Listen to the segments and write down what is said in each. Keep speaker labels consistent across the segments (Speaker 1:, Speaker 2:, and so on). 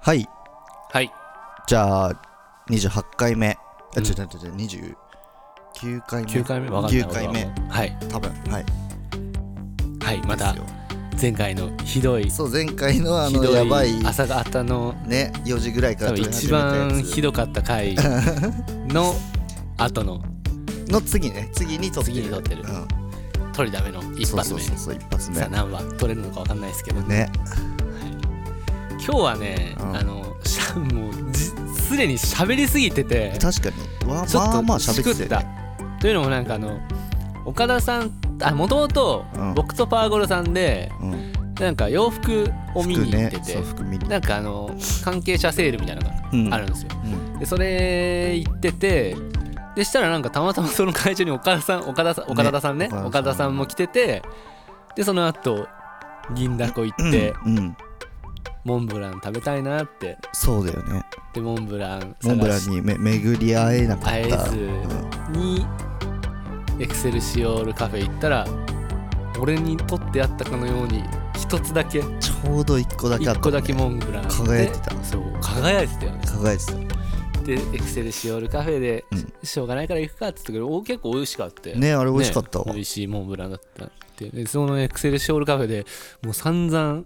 Speaker 1: はい
Speaker 2: はい。
Speaker 1: じゃあ28回目
Speaker 2: う
Speaker 1: え
Speaker 2: ん
Speaker 1: ちょっと待って待って29回目
Speaker 2: 9回目わかんない。
Speaker 1: 9回目
Speaker 2: 俺ははい。
Speaker 1: 多分はい
Speaker 2: はい。また
Speaker 1: ですよ
Speaker 2: 前回のひどい、
Speaker 1: そう前回のあ
Speaker 2: ひ
Speaker 1: の
Speaker 2: ど
Speaker 1: やばい
Speaker 2: い朝方の
Speaker 1: ね4時ぐらいか
Speaker 2: 多
Speaker 1: ら
Speaker 2: 分
Speaker 1: 撮り始
Speaker 2: 一
Speaker 1: めたや
Speaker 2: 番ひ
Speaker 1: つ
Speaker 2: どかった回の後の
Speaker 1: の次ね次に撮ってる
Speaker 2: 次に撮ってる
Speaker 1: うん
Speaker 2: 取りだめの一
Speaker 1: そう
Speaker 2: 発
Speaker 1: そう
Speaker 2: 目。
Speaker 1: そうそう一発
Speaker 2: さあ
Speaker 1: 目
Speaker 2: 何話取れるのかわかんないですけど、
Speaker 1: ね
Speaker 2: 今日はね、
Speaker 1: うん
Speaker 2: あのしゃもうじすでに喋りすぎてて
Speaker 1: 確かにわ
Speaker 2: ちょ
Speaker 1: ま
Speaker 2: っ
Speaker 1: あまあ
Speaker 2: とし
Speaker 1: 喋
Speaker 2: く
Speaker 1: って
Speaker 2: ったた
Speaker 1: よね
Speaker 2: というのもなんかあの岡田さんあもともと
Speaker 1: うん
Speaker 2: 僕とパワゴロさんで
Speaker 1: うん
Speaker 2: なんか洋服を見に行っ
Speaker 1: 服
Speaker 2: て
Speaker 1: ね
Speaker 2: て、
Speaker 1: そう服見に
Speaker 2: なんかあの関係者セールみたいなのが
Speaker 1: うん
Speaker 2: あるんですよ、
Speaker 1: うん
Speaker 2: でそれ行っててでしたらなんかたまたまその会場に岡田さん岡田さん岡田さんね
Speaker 1: 岡田さん
Speaker 2: 岡田さんも来ててでその後銀だこ行って、
Speaker 1: うん
Speaker 2: モンブラン食べたいなって
Speaker 1: そうだよね
Speaker 2: でモンブラン
Speaker 1: モンブラ
Speaker 2: 探
Speaker 1: ン
Speaker 2: し
Speaker 1: にめ巡り会えなかった
Speaker 2: 会えず
Speaker 1: うん
Speaker 2: にエクセルシオールカフェ行ったら俺にとってあったかのように一つだけ
Speaker 1: ちょうど1個だけあった
Speaker 2: 一個だけ
Speaker 1: も
Speaker 2: モンブランで
Speaker 1: 輝いてた
Speaker 2: そう輝いてたよね
Speaker 1: 輝いてた
Speaker 2: でエクセルシオールカフェで、
Speaker 1: うん
Speaker 2: しょうがないから行くかって言ったけどお結構美味しかったよ
Speaker 1: ねあれ美味しかったわ、
Speaker 2: ね美味しいモンブランだったってでそのエクセルシオールカフェでもう散々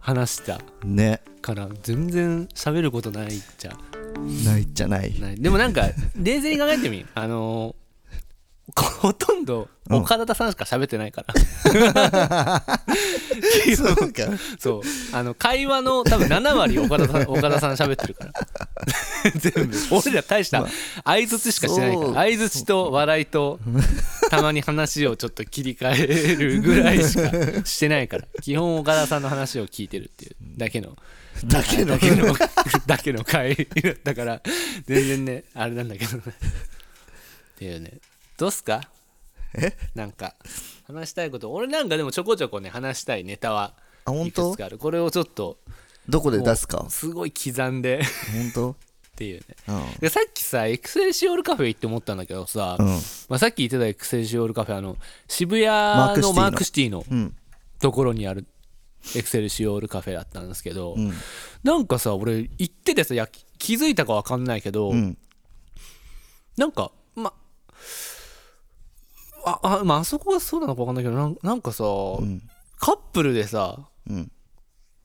Speaker 2: 話した
Speaker 1: ね
Speaker 2: から全然喋ることないじゃ
Speaker 1: ないじゃ ない
Speaker 2: ないでもなん か冷静に考えてみあのーこほとんど
Speaker 1: うん
Speaker 2: 岡田さんしか喋ってないから、
Speaker 1: そうか
Speaker 2: そうあの会話の多分7割岡田さん 岡田さん喋ってるから全部俺ら大した相づちしかしてないか
Speaker 1: そう
Speaker 2: ら相づちと笑いとたまに話をちょっと切り替えるぐらいしかしてな いから基本岡田さんの話を聞いてるっていうだけの
Speaker 1: だけの
Speaker 2: だけのだけの会だったから全然ねあれなんだけどねっていうねどうっすか
Speaker 1: え
Speaker 2: なんか話したいこと俺なんかでもちょこちょこね話したいネタは
Speaker 1: あ本
Speaker 2: いく
Speaker 1: 当
Speaker 2: つかあるこれをちょっと
Speaker 1: どこで出すか本
Speaker 2: すごい刻んで っ
Speaker 1: 当
Speaker 2: ていうね
Speaker 1: うん
Speaker 2: でさっきさエクセルシオールカフェ行って思ったんだけどさ、
Speaker 1: うん
Speaker 2: まあ、さっき言ってたエクセルシオールカフェあの渋谷
Speaker 1: マークシティの
Speaker 2: のマークシティの
Speaker 1: うん
Speaker 2: ところにあるエクセルシオールカフェだったんですけど、
Speaker 1: うん
Speaker 2: なんかさ俺行っててさいや気づいたか分かんないけど、
Speaker 1: うん
Speaker 2: なんかまああ,、まああそこがそうなのか分かんないけどなんなんかさ、
Speaker 1: ん
Speaker 2: カップルでさ
Speaker 1: うん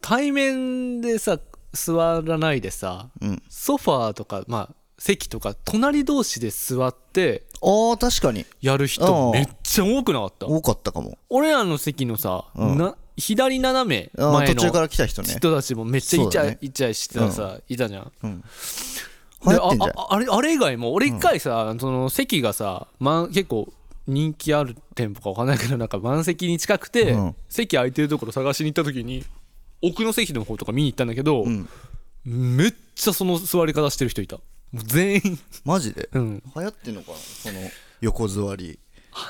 Speaker 2: 対面でさ座らないでさ
Speaker 1: うん
Speaker 2: ソファーとかまあ席とか隣同士で座って
Speaker 1: あー確かに
Speaker 2: やる人
Speaker 1: うん
Speaker 2: めっちゃ多くなかった
Speaker 1: 多かったかも
Speaker 2: 俺らの席のさ、
Speaker 1: うん
Speaker 2: な左斜め
Speaker 1: あー
Speaker 2: 前
Speaker 1: 途中か
Speaker 2: の
Speaker 1: ら来た人ね
Speaker 2: 人たちもめっちゃイチ
Speaker 1: そうだ
Speaker 2: ャ
Speaker 1: ね
Speaker 2: イチャしてたさ、いたじゃん
Speaker 1: うん流
Speaker 2: で
Speaker 1: 行ってんじゃん
Speaker 2: あああれあれ以外も俺一回さ、その席がさ、ま、結構人気ある店舗かわかんないけどなんか満席に近くて、
Speaker 1: うん
Speaker 2: 席空いてるところ探しに行った時に奥の席の方とか見に行ったんだけど、
Speaker 1: ん
Speaker 2: めっちゃその座り方してる人いたもう全員
Speaker 1: マジで
Speaker 2: うん
Speaker 1: 流行ってんのかなその横座り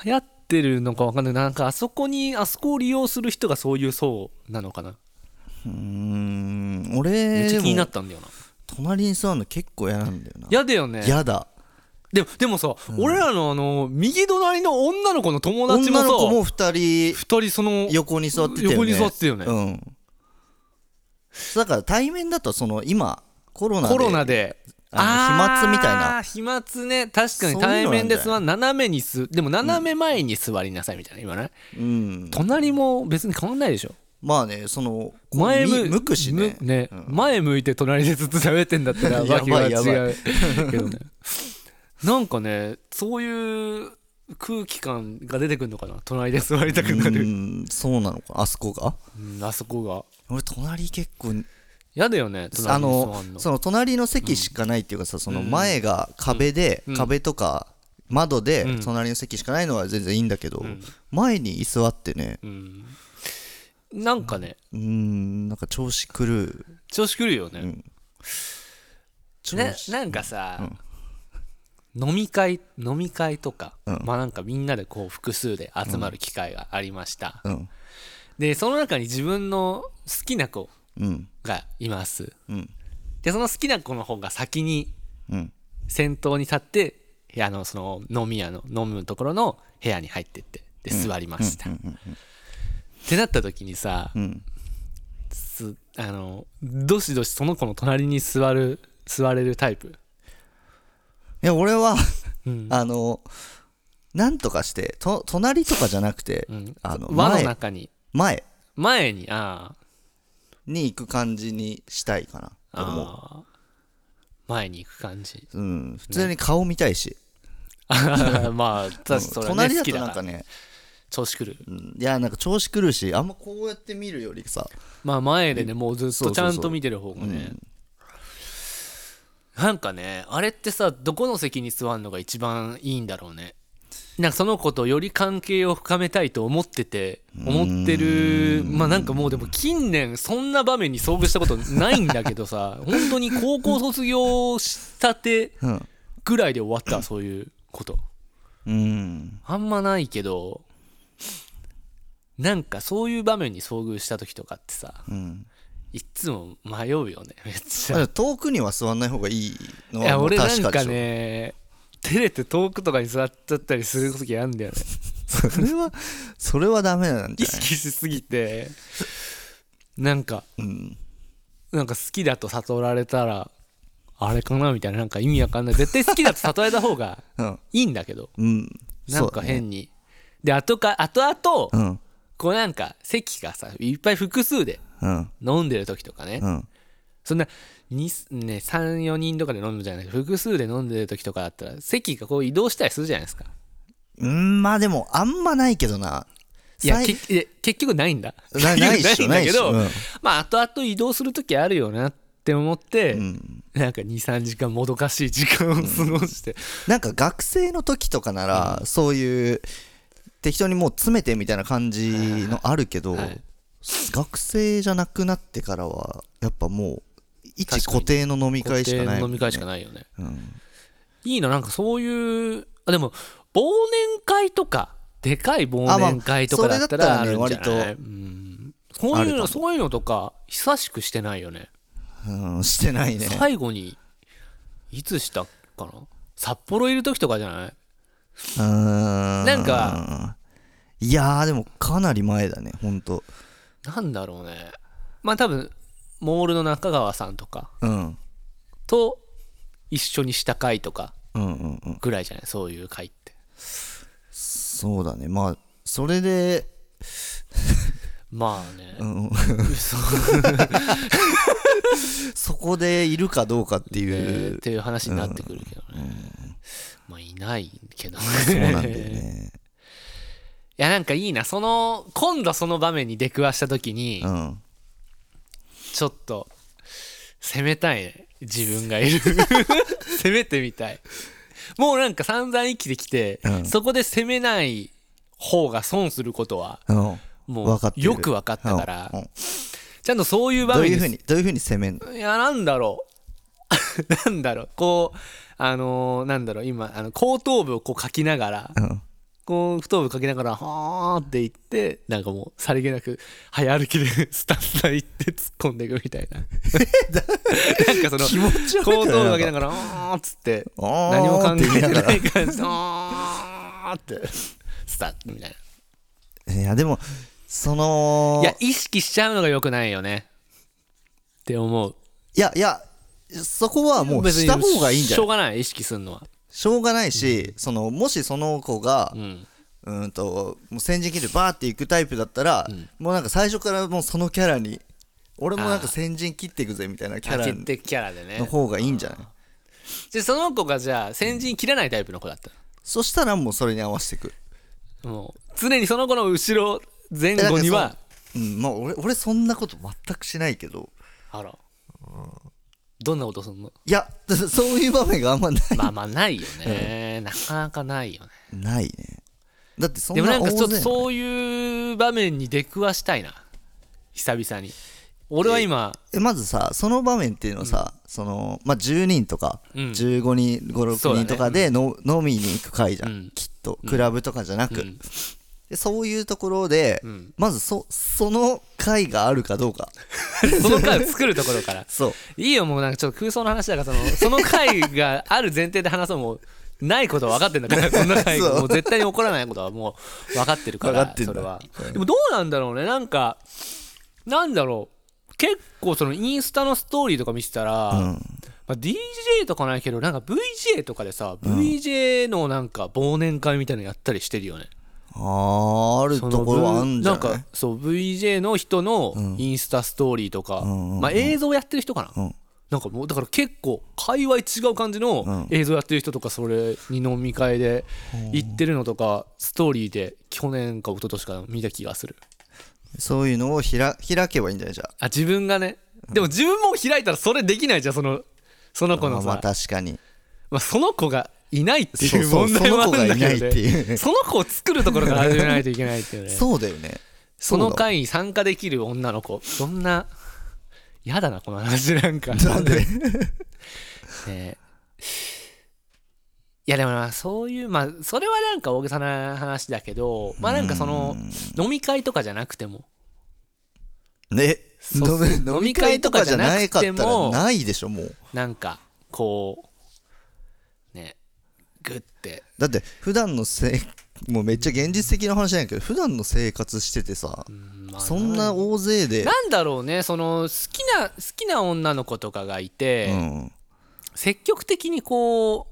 Speaker 2: 流行ってるのかわかんないなんかあそこにあそこを利用する人がそういう層なのかな
Speaker 1: うーん
Speaker 2: め
Speaker 1: 俺
Speaker 2: っちゃ気にな
Speaker 1: で
Speaker 2: っ
Speaker 1: も
Speaker 2: たんだよな
Speaker 1: 隣に座るの結構嫌なんだよな
Speaker 2: 嫌だよね
Speaker 1: 嫌だ
Speaker 2: でもでもさ、俺らのあの右隣の女の子の友達も
Speaker 1: 女
Speaker 2: さ
Speaker 1: の子も2人
Speaker 2: 二人その
Speaker 1: 横に座ってたよね
Speaker 2: 横に座ってたよね
Speaker 1: うんだから対面だとその今コロナで
Speaker 2: コロナで
Speaker 1: あの飛沫みたい
Speaker 2: あ
Speaker 1: な
Speaker 2: ー飛沫ね確か
Speaker 1: そうい
Speaker 2: に
Speaker 1: うのなんだよ
Speaker 2: 対面で座ん斜めにすでも斜め前に座りなさいみたいな今ね、
Speaker 1: うん
Speaker 2: 隣も別に変わんないでしょ
Speaker 1: まあねその
Speaker 2: 前
Speaker 1: こう
Speaker 2: 向
Speaker 1: み向くしね
Speaker 2: むね、
Speaker 1: うん
Speaker 2: 前向いて隣でずっと喋ってんだったら
Speaker 1: や
Speaker 2: わけ
Speaker 1: ば
Speaker 2: が
Speaker 1: いやばい
Speaker 2: 違うけどねなんかねそういう空気感が出てくるのかな隣で座りたくな
Speaker 1: う
Speaker 2: る、
Speaker 1: んそうなのかあそこが
Speaker 2: うんあそこが
Speaker 1: 俺隣結構
Speaker 2: 嫌だよ
Speaker 1: あ
Speaker 2: ね隣に座
Speaker 1: の
Speaker 2: んの
Speaker 1: その隣の席しかないっていうかさその前が壁で、
Speaker 2: うん
Speaker 1: 壁とか窓で
Speaker 2: うん
Speaker 1: 隣の席しかないのは全然いいんだけど、
Speaker 2: ん
Speaker 1: 前に居座ってね
Speaker 2: うんなんかね
Speaker 1: うーんなんか調子狂う
Speaker 2: 調子狂うよね、
Speaker 1: うん調
Speaker 2: な
Speaker 1: 子
Speaker 2: なんかさ、飲み会飲み会とか、まあなんかみんなでこう複数で集まる機会がありました、
Speaker 1: うん
Speaker 2: でその中に自分の好きな子
Speaker 1: うん
Speaker 2: がいます
Speaker 1: うん
Speaker 2: でその好きな子の方が先に
Speaker 1: うん
Speaker 2: 先頭に立って部屋のその飲み屋の飲むところの部屋に入ってってで座りました、ってなった時にさ、
Speaker 1: ん
Speaker 2: すあのどしどしその子の隣に座る座れるタイプ、
Speaker 1: いや俺は
Speaker 2: うん
Speaker 1: あのなんとかしてと隣とかじゃなくて
Speaker 2: うん、
Speaker 1: あの
Speaker 2: 輪の
Speaker 1: 前
Speaker 2: 中に
Speaker 1: 前
Speaker 2: 前にあ
Speaker 1: に行く感じにしたいか
Speaker 2: ー
Speaker 1: なと思う
Speaker 2: あー前に行く感じ
Speaker 1: うん普通に顔見たいし、
Speaker 2: まあ確か
Speaker 1: うん
Speaker 2: にそれは
Speaker 1: 隣
Speaker 2: ね
Speaker 1: だ
Speaker 2: 好き
Speaker 1: と
Speaker 2: だ
Speaker 1: な
Speaker 2: か
Speaker 1: んからね
Speaker 2: 調子狂う
Speaker 1: うんいやなんか調子狂うしあんまこうやって見るよりさ
Speaker 2: まあ前でねもうずっ
Speaker 1: そうそ
Speaker 2: と
Speaker 1: う
Speaker 2: ち
Speaker 1: そう
Speaker 2: ゃんと見てる方がねなんかねあれってさどこの席に座るのが一番いいんだろうねなんかその子とより関係を深めたいと思ってて思ってるまあなんかもうでも近年そんな場面に遭遇したことないんだけ どさ本当に高校卒業したて
Speaker 1: うん
Speaker 2: ぐらいで終わったそういうこと
Speaker 1: うん
Speaker 2: あんまないけどなんかそういう場面に遭遇した時とかってさ
Speaker 1: うん
Speaker 2: いっつも迷うよねめっち ゃ
Speaker 1: まあ遠くには座んない方がいいの
Speaker 2: い
Speaker 1: は
Speaker 2: や
Speaker 1: もう
Speaker 2: 俺な
Speaker 1: 確
Speaker 2: ん
Speaker 1: かで
Speaker 2: か
Speaker 1: しょ
Speaker 2: ね照れて遠くとかに座っちゃったりする時あるん だよね
Speaker 1: それはそれはダメなんじ
Speaker 2: 意
Speaker 1: ゃない
Speaker 2: 識しすぎてなんか
Speaker 1: うん
Speaker 2: なんか好きだと悟られたらあれかなみたいななんか意味わかんない絶対好きだと悟られた方が
Speaker 1: うん
Speaker 2: いいんだけど
Speaker 1: うん
Speaker 2: な ん
Speaker 1: そ
Speaker 2: か
Speaker 1: うだね
Speaker 2: 変に、で後か後々、
Speaker 1: うん
Speaker 2: こうなんか席がさいっぱい複数で
Speaker 1: うん
Speaker 2: 飲んでる時とかね、
Speaker 1: うん
Speaker 2: そんな、にね、34人とかで飲むじゃない複数で飲んでる時とかだったら席がこう移動したりするじゃないですか
Speaker 1: うんまあでもあんまないけどない
Speaker 2: や
Speaker 1: さい
Speaker 2: けいや結局ないんだ
Speaker 1: なないっし ょ
Speaker 2: んだけど、
Speaker 1: ないっし
Speaker 2: まあ後々移動する時あるよなって思って、
Speaker 1: うん
Speaker 2: なんか23時間もどかしい時間を過ごして、
Speaker 1: なんか学生の時とかなら、そういう適当にもう詰めてみたいな感じのあるけど、
Speaker 2: はい
Speaker 1: 学生じゃなくなってからはやっぱもう一
Speaker 2: 確かに
Speaker 1: 固定の飲み会しかない
Speaker 2: 固定
Speaker 1: も
Speaker 2: の
Speaker 1: ん
Speaker 2: 飲
Speaker 1: ね
Speaker 2: み会しかないよね
Speaker 1: うん
Speaker 2: いいななんかそういうあでも忘年会とかでかい忘年会とかだったら
Speaker 1: あまあ
Speaker 2: あ
Speaker 1: それ
Speaker 2: る
Speaker 1: だ
Speaker 2: ん
Speaker 1: っ
Speaker 2: じ
Speaker 1: た
Speaker 2: ゃ
Speaker 1: らね
Speaker 2: な
Speaker 1: 割
Speaker 2: い、うんそういう
Speaker 1: あるかも
Speaker 2: のそういうのとか久しくしてないよね
Speaker 1: うん、してないね
Speaker 2: 最後にいつしたかな札幌いる時とかじゃない
Speaker 1: な
Speaker 2: なんか
Speaker 1: いやーでもかなり前だねほんと
Speaker 2: なんだろうねまあ多分モールの中川さんとか
Speaker 1: うん
Speaker 2: と一緒にした回とか
Speaker 1: うんうんうん
Speaker 2: ぐらいじゃないそういう回って
Speaker 1: そうだねまあそれで
Speaker 2: まあね、
Speaker 1: ん
Speaker 2: そう
Speaker 1: そこでいるかどうかって
Speaker 2: ね
Speaker 1: いう、
Speaker 2: っていう話になってくるけどね、まあいないけど
Speaker 1: そう
Speaker 2: ね
Speaker 1: なんだよね
Speaker 2: いやなんかいいなその今度その場面に出くわした時に
Speaker 1: うん
Speaker 2: ちょっと攻めたいね自分が いる攻めてみたいもうなんか散々生きてきて、
Speaker 1: うん
Speaker 2: そこで攻めない方が損することは
Speaker 1: うん
Speaker 2: も
Speaker 1: 分かっ
Speaker 2: う
Speaker 1: てる
Speaker 2: よく分かったから、
Speaker 1: うんうん
Speaker 2: ちゃんとそういう場
Speaker 1: どう
Speaker 2: 面
Speaker 1: いう
Speaker 2: に
Speaker 1: ふうにどういうふうに攻めんの
Speaker 2: いや、なんだろう。 なんだろう。こう、あのーなんだろう、今、あの後頭部をこう書きながら、
Speaker 1: うん
Speaker 2: こう、後頭部書きながら、はーって言って、なんかもう、さりげなく、早歩きでスタスタ行って突っ込んでいくみたいな。なんかその、
Speaker 1: 気持ち悪くない
Speaker 2: 後頭部書きながら、はーっつって、
Speaker 1: あー
Speaker 2: 何も考えて
Speaker 1: って言いなが
Speaker 2: ない感じで、はーって、スタッみたいな。
Speaker 1: いやでもその
Speaker 2: いや、意識しちゃうのが良くないよね。って思う。
Speaker 1: いやいやそこはもう
Speaker 2: 別
Speaker 1: し
Speaker 2: に
Speaker 1: た方がいいんじゃ
Speaker 2: しょ
Speaker 1: ない
Speaker 2: うがない、意識するのは。
Speaker 1: しょうがないし、そのもしその子が
Speaker 2: う、ん。
Speaker 1: うんともう先陣切ってバーっていくタイプだったら、もうなんか最初からもうそのキャラに俺もなんか先陣切っていくぜみたいなキャ
Speaker 2: あ決
Speaker 1: ラ
Speaker 2: 定キャラで
Speaker 1: の
Speaker 2: ね
Speaker 1: 方がいいんじゃない
Speaker 2: でその子がじゃあ先陣切らないタイプの子だった
Speaker 1: そしたらもうそれに合わせていく、
Speaker 2: のもう常にその子の後ろ前後には
Speaker 1: うん、まあ俺俺そんなこと全くしないけど
Speaker 2: あらどんな音すんの
Speaker 1: いや そういう場面があんまない
Speaker 2: まあまあないよねなかなかないよね
Speaker 1: ないねだってそん
Speaker 2: でも
Speaker 1: な
Speaker 2: な
Speaker 1: ん
Speaker 2: かち
Speaker 1: 大
Speaker 2: ょっと
Speaker 1: 勢
Speaker 2: そういう場面に出くわしたいな久々に俺は今
Speaker 1: えまずさその場面っていうのはさ、そのまあ、10人とか、
Speaker 2: うん
Speaker 1: 15人
Speaker 2: そ
Speaker 1: 56人
Speaker 2: うだね
Speaker 1: とかでの、飲みに行く会じゃん、
Speaker 2: うん
Speaker 1: きっとクラブとかじゃなく、
Speaker 2: ん
Speaker 1: でそういうところで、
Speaker 2: ん
Speaker 1: まずそその会があるかどうか
Speaker 2: その回を作るところから
Speaker 1: そう
Speaker 2: いいよもうなんかちょっと空想の話だからそのその回がある前提で話そうもうないことは分かってんだからそんな回
Speaker 1: そう
Speaker 2: がもう絶対に起こらないことはもう分かってるから
Speaker 1: 分かってんだ
Speaker 2: それはでもどうなんだろうねなんかなんだろう結構そのインスタのストーリーとか見てたら、
Speaker 1: うん
Speaker 2: まあ、DJ とかないけどなんか VJ とかでさ、VJ のなんか忘年会みたいなのやったりしてるよね
Speaker 1: あーある
Speaker 2: そ
Speaker 1: ところはあんじゃ
Speaker 2: な
Speaker 1: なんい
Speaker 2: かそう VJ の人のインスタストーリーとか、
Speaker 1: んうんうん
Speaker 2: まあ、映像やってる人かな、
Speaker 1: うん
Speaker 2: なんかもうだから結構界隈違う感じの映像やってる人とかそれに飲み会で行ってるのとかストーリーで去年か一昨年か見た気がする
Speaker 1: そういうのをひら開けばいいんじゃないじゃ
Speaker 2: あ自分がねでも自分も開いたらそれできないじゃんそのその
Speaker 1: あ
Speaker 2: 子のさ、
Speaker 1: ま
Speaker 2: ま
Speaker 1: あ確かに
Speaker 2: あ、その子がいないっていう
Speaker 1: そう
Speaker 2: 問
Speaker 1: そう
Speaker 2: 題もあるんだ
Speaker 1: その子が
Speaker 2: けど、ね、
Speaker 1: いないってい う
Speaker 2: その子を作るところから始めないといけないって いうね
Speaker 1: そうだよね
Speaker 2: その回に参加できる女の子そんな嫌だなこの話なんか
Speaker 1: なんで
Speaker 2: ねいやでもなそういうまあそれはなんか大げさな話だけどまあなんかその飲み会とかじゃなくても
Speaker 1: ね
Speaker 2: そうそう
Speaker 1: 飲み飲み会とかじゃないかった
Speaker 2: 飲み会とかじ
Speaker 1: ら
Speaker 2: ゃなくても
Speaker 1: ないでしょもう
Speaker 2: なんかこうねグッて
Speaker 1: だって普段のせいもうめっちゃ現実的な話なんやけど普段の生活しててさ
Speaker 2: うんまあ
Speaker 1: そんな大勢で
Speaker 2: なんだろうねその好きな好きな女の子とかがいて、
Speaker 1: うん
Speaker 2: 積極的にこう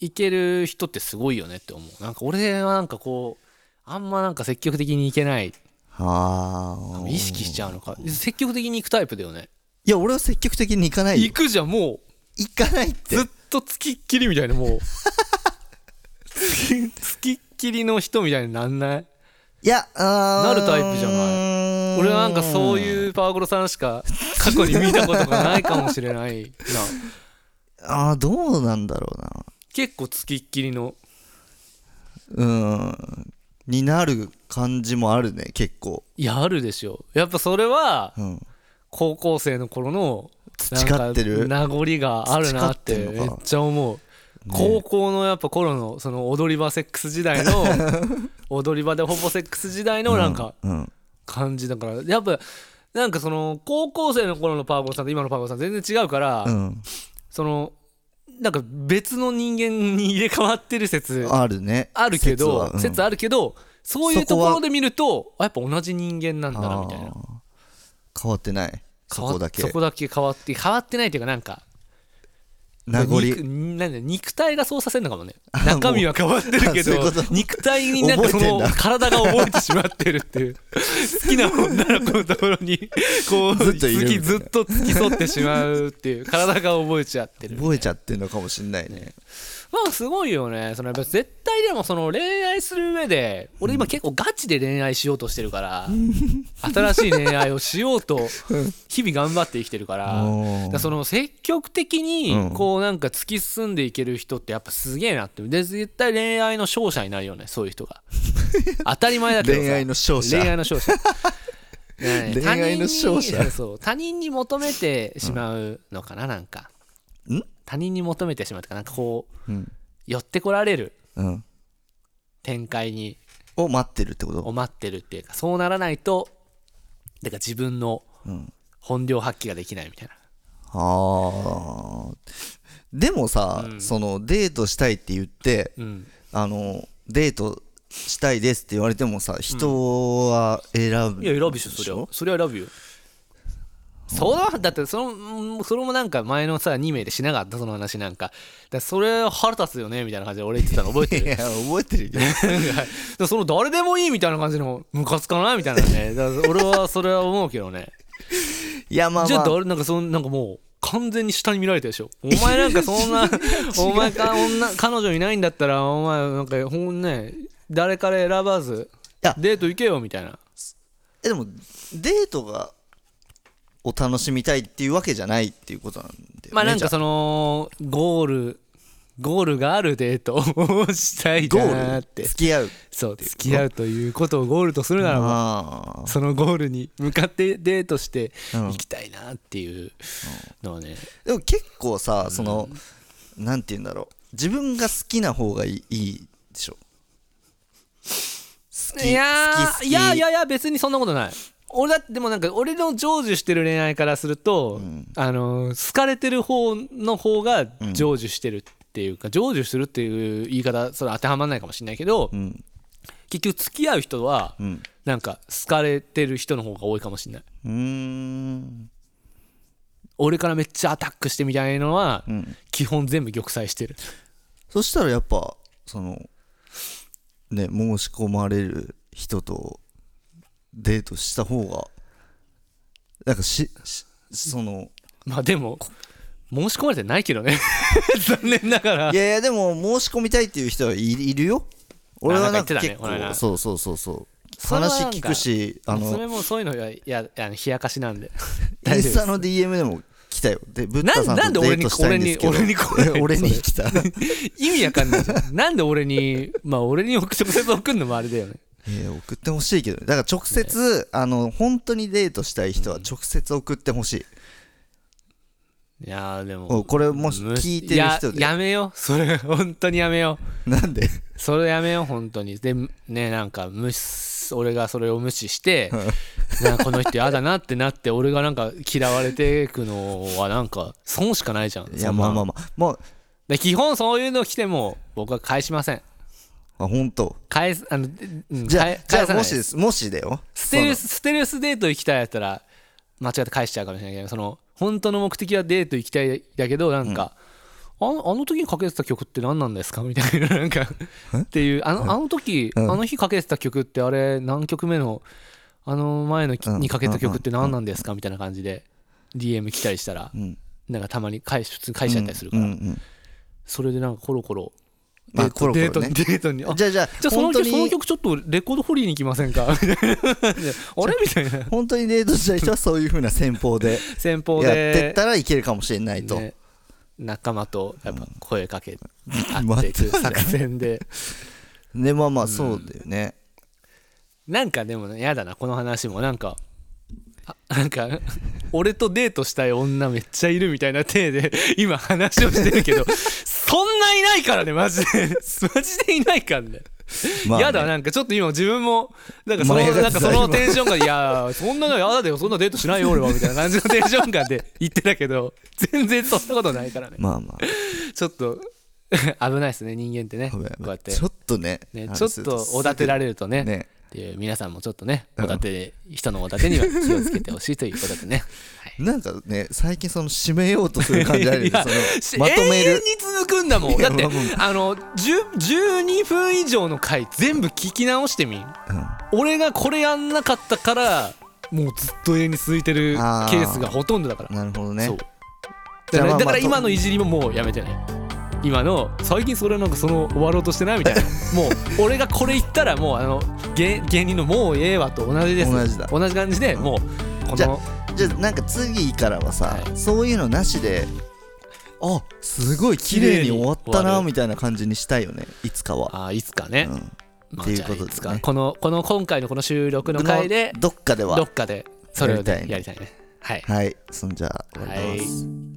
Speaker 2: いける人ってすごいよねって思うなんか俺はなんかこうあんまなんか積極的にいけない
Speaker 1: はあ
Speaker 2: 意識しちゃうのか積極的に行くタイプだよね
Speaker 1: いや俺は積極的に行かない
Speaker 2: 行
Speaker 1: よ
Speaker 2: くじゃんも
Speaker 1: 行かないっ
Speaker 2: う
Speaker 1: て
Speaker 2: ずっとつきっきりみたいな もうつきつきっきりの人みたいになんない
Speaker 1: いやな
Speaker 2: なるタイプじゃない
Speaker 1: い
Speaker 2: 俺はなんかそう
Speaker 1: う
Speaker 2: いうパワゴロさんしか過去に見たことがないかもしれないな
Speaker 1: ーんあーどうなんだろうな
Speaker 2: 結構つきっきりの
Speaker 1: うーんになる感じもあるね結構、
Speaker 2: いやあるでしょやっぱそれは
Speaker 1: うん、
Speaker 2: 高校生の頃の
Speaker 1: 培ってる
Speaker 2: なんか名残があるなって
Speaker 1: 培ってん
Speaker 2: め
Speaker 1: の
Speaker 2: っ
Speaker 1: か
Speaker 2: ちゃ思う、高校のやっぱ頃のその踊り場セックス 時代の踊り場でほぼセックス時代のなんか
Speaker 1: うん、
Speaker 2: 感じだからやっぱなんかその高校生の頃のパーゴさんと今のパーゴさん全然違うから、
Speaker 1: うん、
Speaker 2: そのなんか別の人間に入れ替わってる説
Speaker 1: あるね
Speaker 2: あるけ
Speaker 1: 説
Speaker 2: ど
Speaker 1: は
Speaker 2: 説,、
Speaker 1: うん
Speaker 2: あるけどそういう
Speaker 1: そ
Speaker 2: と
Speaker 1: こ
Speaker 2: こ
Speaker 1: は
Speaker 2: ろで見るとあやっぱ同じ人間なんだなみたいな
Speaker 1: あー変わってないそこだけ
Speaker 2: 変わっそこだけ変わって変わってないというかなんか
Speaker 1: 名残
Speaker 2: 肉なんだ肉体がそうさせるのかもね中身は変わってるけど
Speaker 1: あもうあそういうこと
Speaker 2: 肉体になんかそ
Speaker 1: 覚えてん
Speaker 2: の
Speaker 1: だ
Speaker 2: 体が覚えてしまってるっていう好きな女の子のところにこう
Speaker 1: ずっといるみ
Speaker 2: 付
Speaker 1: たい
Speaker 2: き
Speaker 1: な
Speaker 2: ずっと付き添ってしまうっていう体が覚えちゃってる
Speaker 1: 覚えちゃってるのかもしんないね
Speaker 2: まあすごいよねそのやっぱ絶対でもその恋愛する上で俺今結構ガチで恋愛しようとしてるから新しい恋愛をしようと日々頑張って生きてるから
Speaker 1: うん
Speaker 2: だからその積極的
Speaker 1: うん
Speaker 2: にこうなんか突き進んでいける人ってやっぱすげえなってで絶対恋愛の勝者になるよねそういう 人が当たり前だけどさ
Speaker 1: 恋愛の勝者
Speaker 2: 恋愛の勝者ね
Speaker 1: 恋愛の勝者
Speaker 2: 他人にそう他人に求めてしまうのかななんか
Speaker 1: ん
Speaker 2: 他人に求めてしまうとかなんかこう
Speaker 1: うん、
Speaker 2: 寄ってこられる
Speaker 1: うん、
Speaker 2: 展開に
Speaker 1: を待ってるってこ
Speaker 2: を
Speaker 1: と
Speaker 2: 待ってるっていうかそうならないとだから自分の
Speaker 1: うん
Speaker 2: 本領発揮ができないみたいな
Speaker 1: あーでもさ、
Speaker 2: うん
Speaker 1: そのデートしたいって言って
Speaker 2: うん
Speaker 1: あのデートしたいですって言われてもさ人は選ぶ
Speaker 2: いや選ぶでしょそりゃそれは選ぶよそうだだってそのうんそれもなんか前のさ2名でしなかったその話なんかだからそれ腹立つよねみたいな感じで俺言ってたの覚えて
Speaker 1: い
Speaker 2: る
Speaker 1: や覚えてるけど
Speaker 2: でその誰でもいいみたいな感じのムカつかないみたいなねだから俺はそれは思うけどね
Speaker 1: いや まあ
Speaker 2: じゃ
Speaker 1: ま
Speaker 2: あ
Speaker 1: あ
Speaker 2: 誰なんかそのなんかもう完全に下に見られ たでしょお前なんかそんなお前か女彼女いないんだったらお前なんかほんね誰から選ばず
Speaker 1: や
Speaker 2: デート行けよみたいな
Speaker 1: えでもデートがを楽しみたいっていうわけじゃないっていうことなんだよね
Speaker 2: まあなん
Speaker 1: じゃ
Speaker 2: かそのゴールゴールがあるデートをしたい
Speaker 1: ゴー
Speaker 2: なっ
Speaker 1: ル
Speaker 2: て
Speaker 1: 付き合う
Speaker 2: そう付き合うということをゴールとするならば
Speaker 1: あー
Speaker 2: そのゴールに向かってデートして
Speaker 1: うん
Speaker 2: 行きたいなっていうのはね
Speaker 1: でも結構さその、なんて言うんだろう自分が好きな方がいいいいでしょ好き
Speaker 2: いや
Speaker 1: 好き好
Speaker 2: ー
Speaker 1: き
Speaker 2: いやいやいや別にそんなことない俺だってでもなんか俺の成就してる恋愛からすると、あのー好かれてる方の方が成就してるっていうか、成就するっていう言い方それ当てはまらないかもしれないけど、
Speaker 1: ん
Speaker 2: 結局付き合う人は、
Speaker 1: ん
Speaker 2: なんか好かれてる人の方が多いかもしれない
Speaker 1: うーん
Speaker 2: 俺からめっちゃアタックしてみたいのは、
Speaker 1: うん
Speaker 2: 基本全部玉砕してる
Speaker 1: そしたらやっぱそのね申し込まれる人とデートした方がなんかししその
Speaker 2: まあでも申し込まれてないけどね 残念ながら
Speaker 1: いやいやでも申し込みたいっていう人はいいるよ俺はなんか
Speaker 2: あなんか言
Speaker 1: 結
Speaker 2: って
Speaker 1: 構
Speaker 2: たね俺な
Speaker 1: そうそうそうそう
Speaker 2: それはなん
Speaker 1: 話聞
Speaker 2: か
Speaker 1: くしあ
Speaker 2: そ
Speaker 1: の
Speaker 2: れもそういうのがいやあの冷やかしなんで
Speaker 1: イ
Speaker 2: 大
Speaker 1: ン
Speaker 2: 丈夫
Speaker 1: スタの DM でも来たよでブッダさん
Speaker 2: なんで
Speaker 1: とデートしたいんですけど
Speaker 2: 俺に俺に俺に来な い
Speaker 1: 俺に来た
Speaker 2: 意味わかんないじゃんなんで俺にまあ俺に直接送るのもあれだよね
Speaker 1: えー送ってほしいけどねだから直接、あの本当にデートしたい人は直接送ってほしい、
Speaker 2: いやーで
Speaker 1: お
Speaker 2: も
Speaker 1: これもし
Speaker 2: む
Speaker 1: 聞いてる人で
Speaker 2: ややめようそれ本当にやめよう
Speaker 1: なん で
Speaker 2: それやめよう本当にでねなんか無視俺がそれを無 視してなんかこの人やだなってなって俺がなんか嫌われていくのはなんか損しかないじゃん
Speaker 1: い
Speaker 2: そ
Speaker 1: や
Speaker 2: んな
Speaker 1: まあまあまあま
Speaker 2: で基本そういうの来ても僕は返しません
Speaker 1: ああ本当
Speaker 2: 返すあの、うん、
Speaker 1: じゃあ
Speaker 2: 返
Speaker 1: じゃ
Speaker 2: 返
Speaker 1: あ
Speaker 2: さない
Speaker 1: もしですもしだよ
Speaker 2: ステルスステルスデート行きたいやったら間違って返しちゃうかもしれないけどその本当の目的はデート行きたいだけどなんか、あのあの時にかけてた曲って何なんですかみ たいななんかっていうあのあの時、あの日かけてた曲ってあれ何曲目のあの前のき、
Speaker 1: うん
Speaker 2: にかけた曲って何なんですかみたいな感じで DM 来たりしたら、
Speaker 1: ん
Speaker 2: なんかたまに返し普通に返しちゃったりする
Speaker 1: う
Speaker 2: か
Speaker 1: ん
Speaker 2: ら、
Speaker 1: うん
Speaker 2: それでなんかコロコロ
Speaker 1: まあ
Speaker 2: デート
Speaker 1: コロコロね
Speaker 2: デートにデートに
Speaker 1: う
Speaker 2: あ
Speaker 1: んじゃあじゃあ
Speaker 2: じゃあそ
Speaker 1: 本
Speaker 2: の
Speaker 1: 当
Speaker 2: 曲その
Speaker 1: に
Speaker 2: 曲ちょっとレコード掘りに行きませんか みたいなあれみたいな
Speaker 1: 本当にデートしたい人はそういうふうな戦法 で
Speaker 2: 先
Speaker 1: や
Speaker 2: 方
Speaker 1: っ
Speaker 2: で
Speaker 1: てったらいけるかもしれないと、
Speaker 2: ね仲間とやっぱ声かけ合
Speaker 1: ま
Speaker 2: ったていく作戦で
Speaker 1: でまあまあそうだよね、
Speaker 2: なんかでもねやだなこの話もなんかあなんか俺とデートしたい女めっちゃいるみたいな体で今話をしてるけどそんないないからねマジでマジでいないからね
Speaker 1: まあね
Speaker 2: やだなんかちょっと今自分もなんかその
Speaker 1: 前が
Speaker 2: なんかその
Speaker 1: 今
Speaker 2: テンションが「いやーそんなのやだよそんなデートしないよ俺は」みたいな感じのテンション感で言って たけど全然そんなことないからね
Speaker 1: まあまあ
Speaker 2: ちょっと 危ないですね人間ってね
Speaker 1: ご
Speaker 2: こ
Speaker 1: めん
Speaker 2: うやって
Speaker 1: ちょっとね
Speaker 2: ね
Speaker 1: あれ
Speaker 2: ちょっ
Speaker 1: する
Speaker 2: とおだてられるとね
Speaker 1: ね
Speaker 2: っていう皆さんもちょっとねおだてで人のおだてには気をつけてほしいということでねはい
Speaker 1: なんかね最 近その締めようとする感じあるよ
Speaker 2: いや
Speaker 1: ねそ
Speaker 2: し
Speaker 1: のまとめ
Speaker 2: 永遠
Speaker 1: る
Speaker 2: に続くんだもんだって
Speaker 1: いやまあま
Speaker 2: あの10 12分以上の回全部聞き直してみん俺がこれやんなかったからもうずっと永遠に続いてるケ
Speaker 1: あー
Speaker 2: ースがほとんどだから
Speaker 1: うんなるほどね
Speaker 2: そう
Speaker 1: じ
Speaker 2: だ
Speaker 1: ゃ
Speaker 2: か
Speaker 1: あまあま
Speaker 2: ら
Speaker 1: あ
Speaker 2: だから今のいじりももうやめてない今の最近それなんかその終わろうとしてないみ たいなもう俺がこれ言ったらもうあの芸芸人のもうええわと同じです
Speaker 1: 同じだ
Speaker 2: 同じ感じでもうこ
Speaker 1: じゃ
Speaker 2: の
Speaker 1: じゃあなんか次からはさ、
Speaker 2: はい
Speaker 1: そういうのなしであすごい綺麗に終わった
Speaker 2: 綺麗に終わ
Speaker 1: な
Speaker 2: る
Speaker 1: みたいな感じにしたいよねいつかは、
Speaker 2: あーいつかね、
Speaker 1: うん、っ
Speaker 2: まあ
Speaker 1: ていう
Speaker 2: じゃあ
Speaker 1: こと
Speaker 2: い
Speaker 1: です
Speaker 2: つ
Speaker 1: ね
Speaker 2: かこのこの今回のこの収録の回で
Speaker 1: どっかでは
Speaker 2: どっかでそれをね
Speaker 1: やりたいね
Speaker 2: やりたいねはい
Speaker 1: はいそんじゃあ終わります、
Speaker 2: はい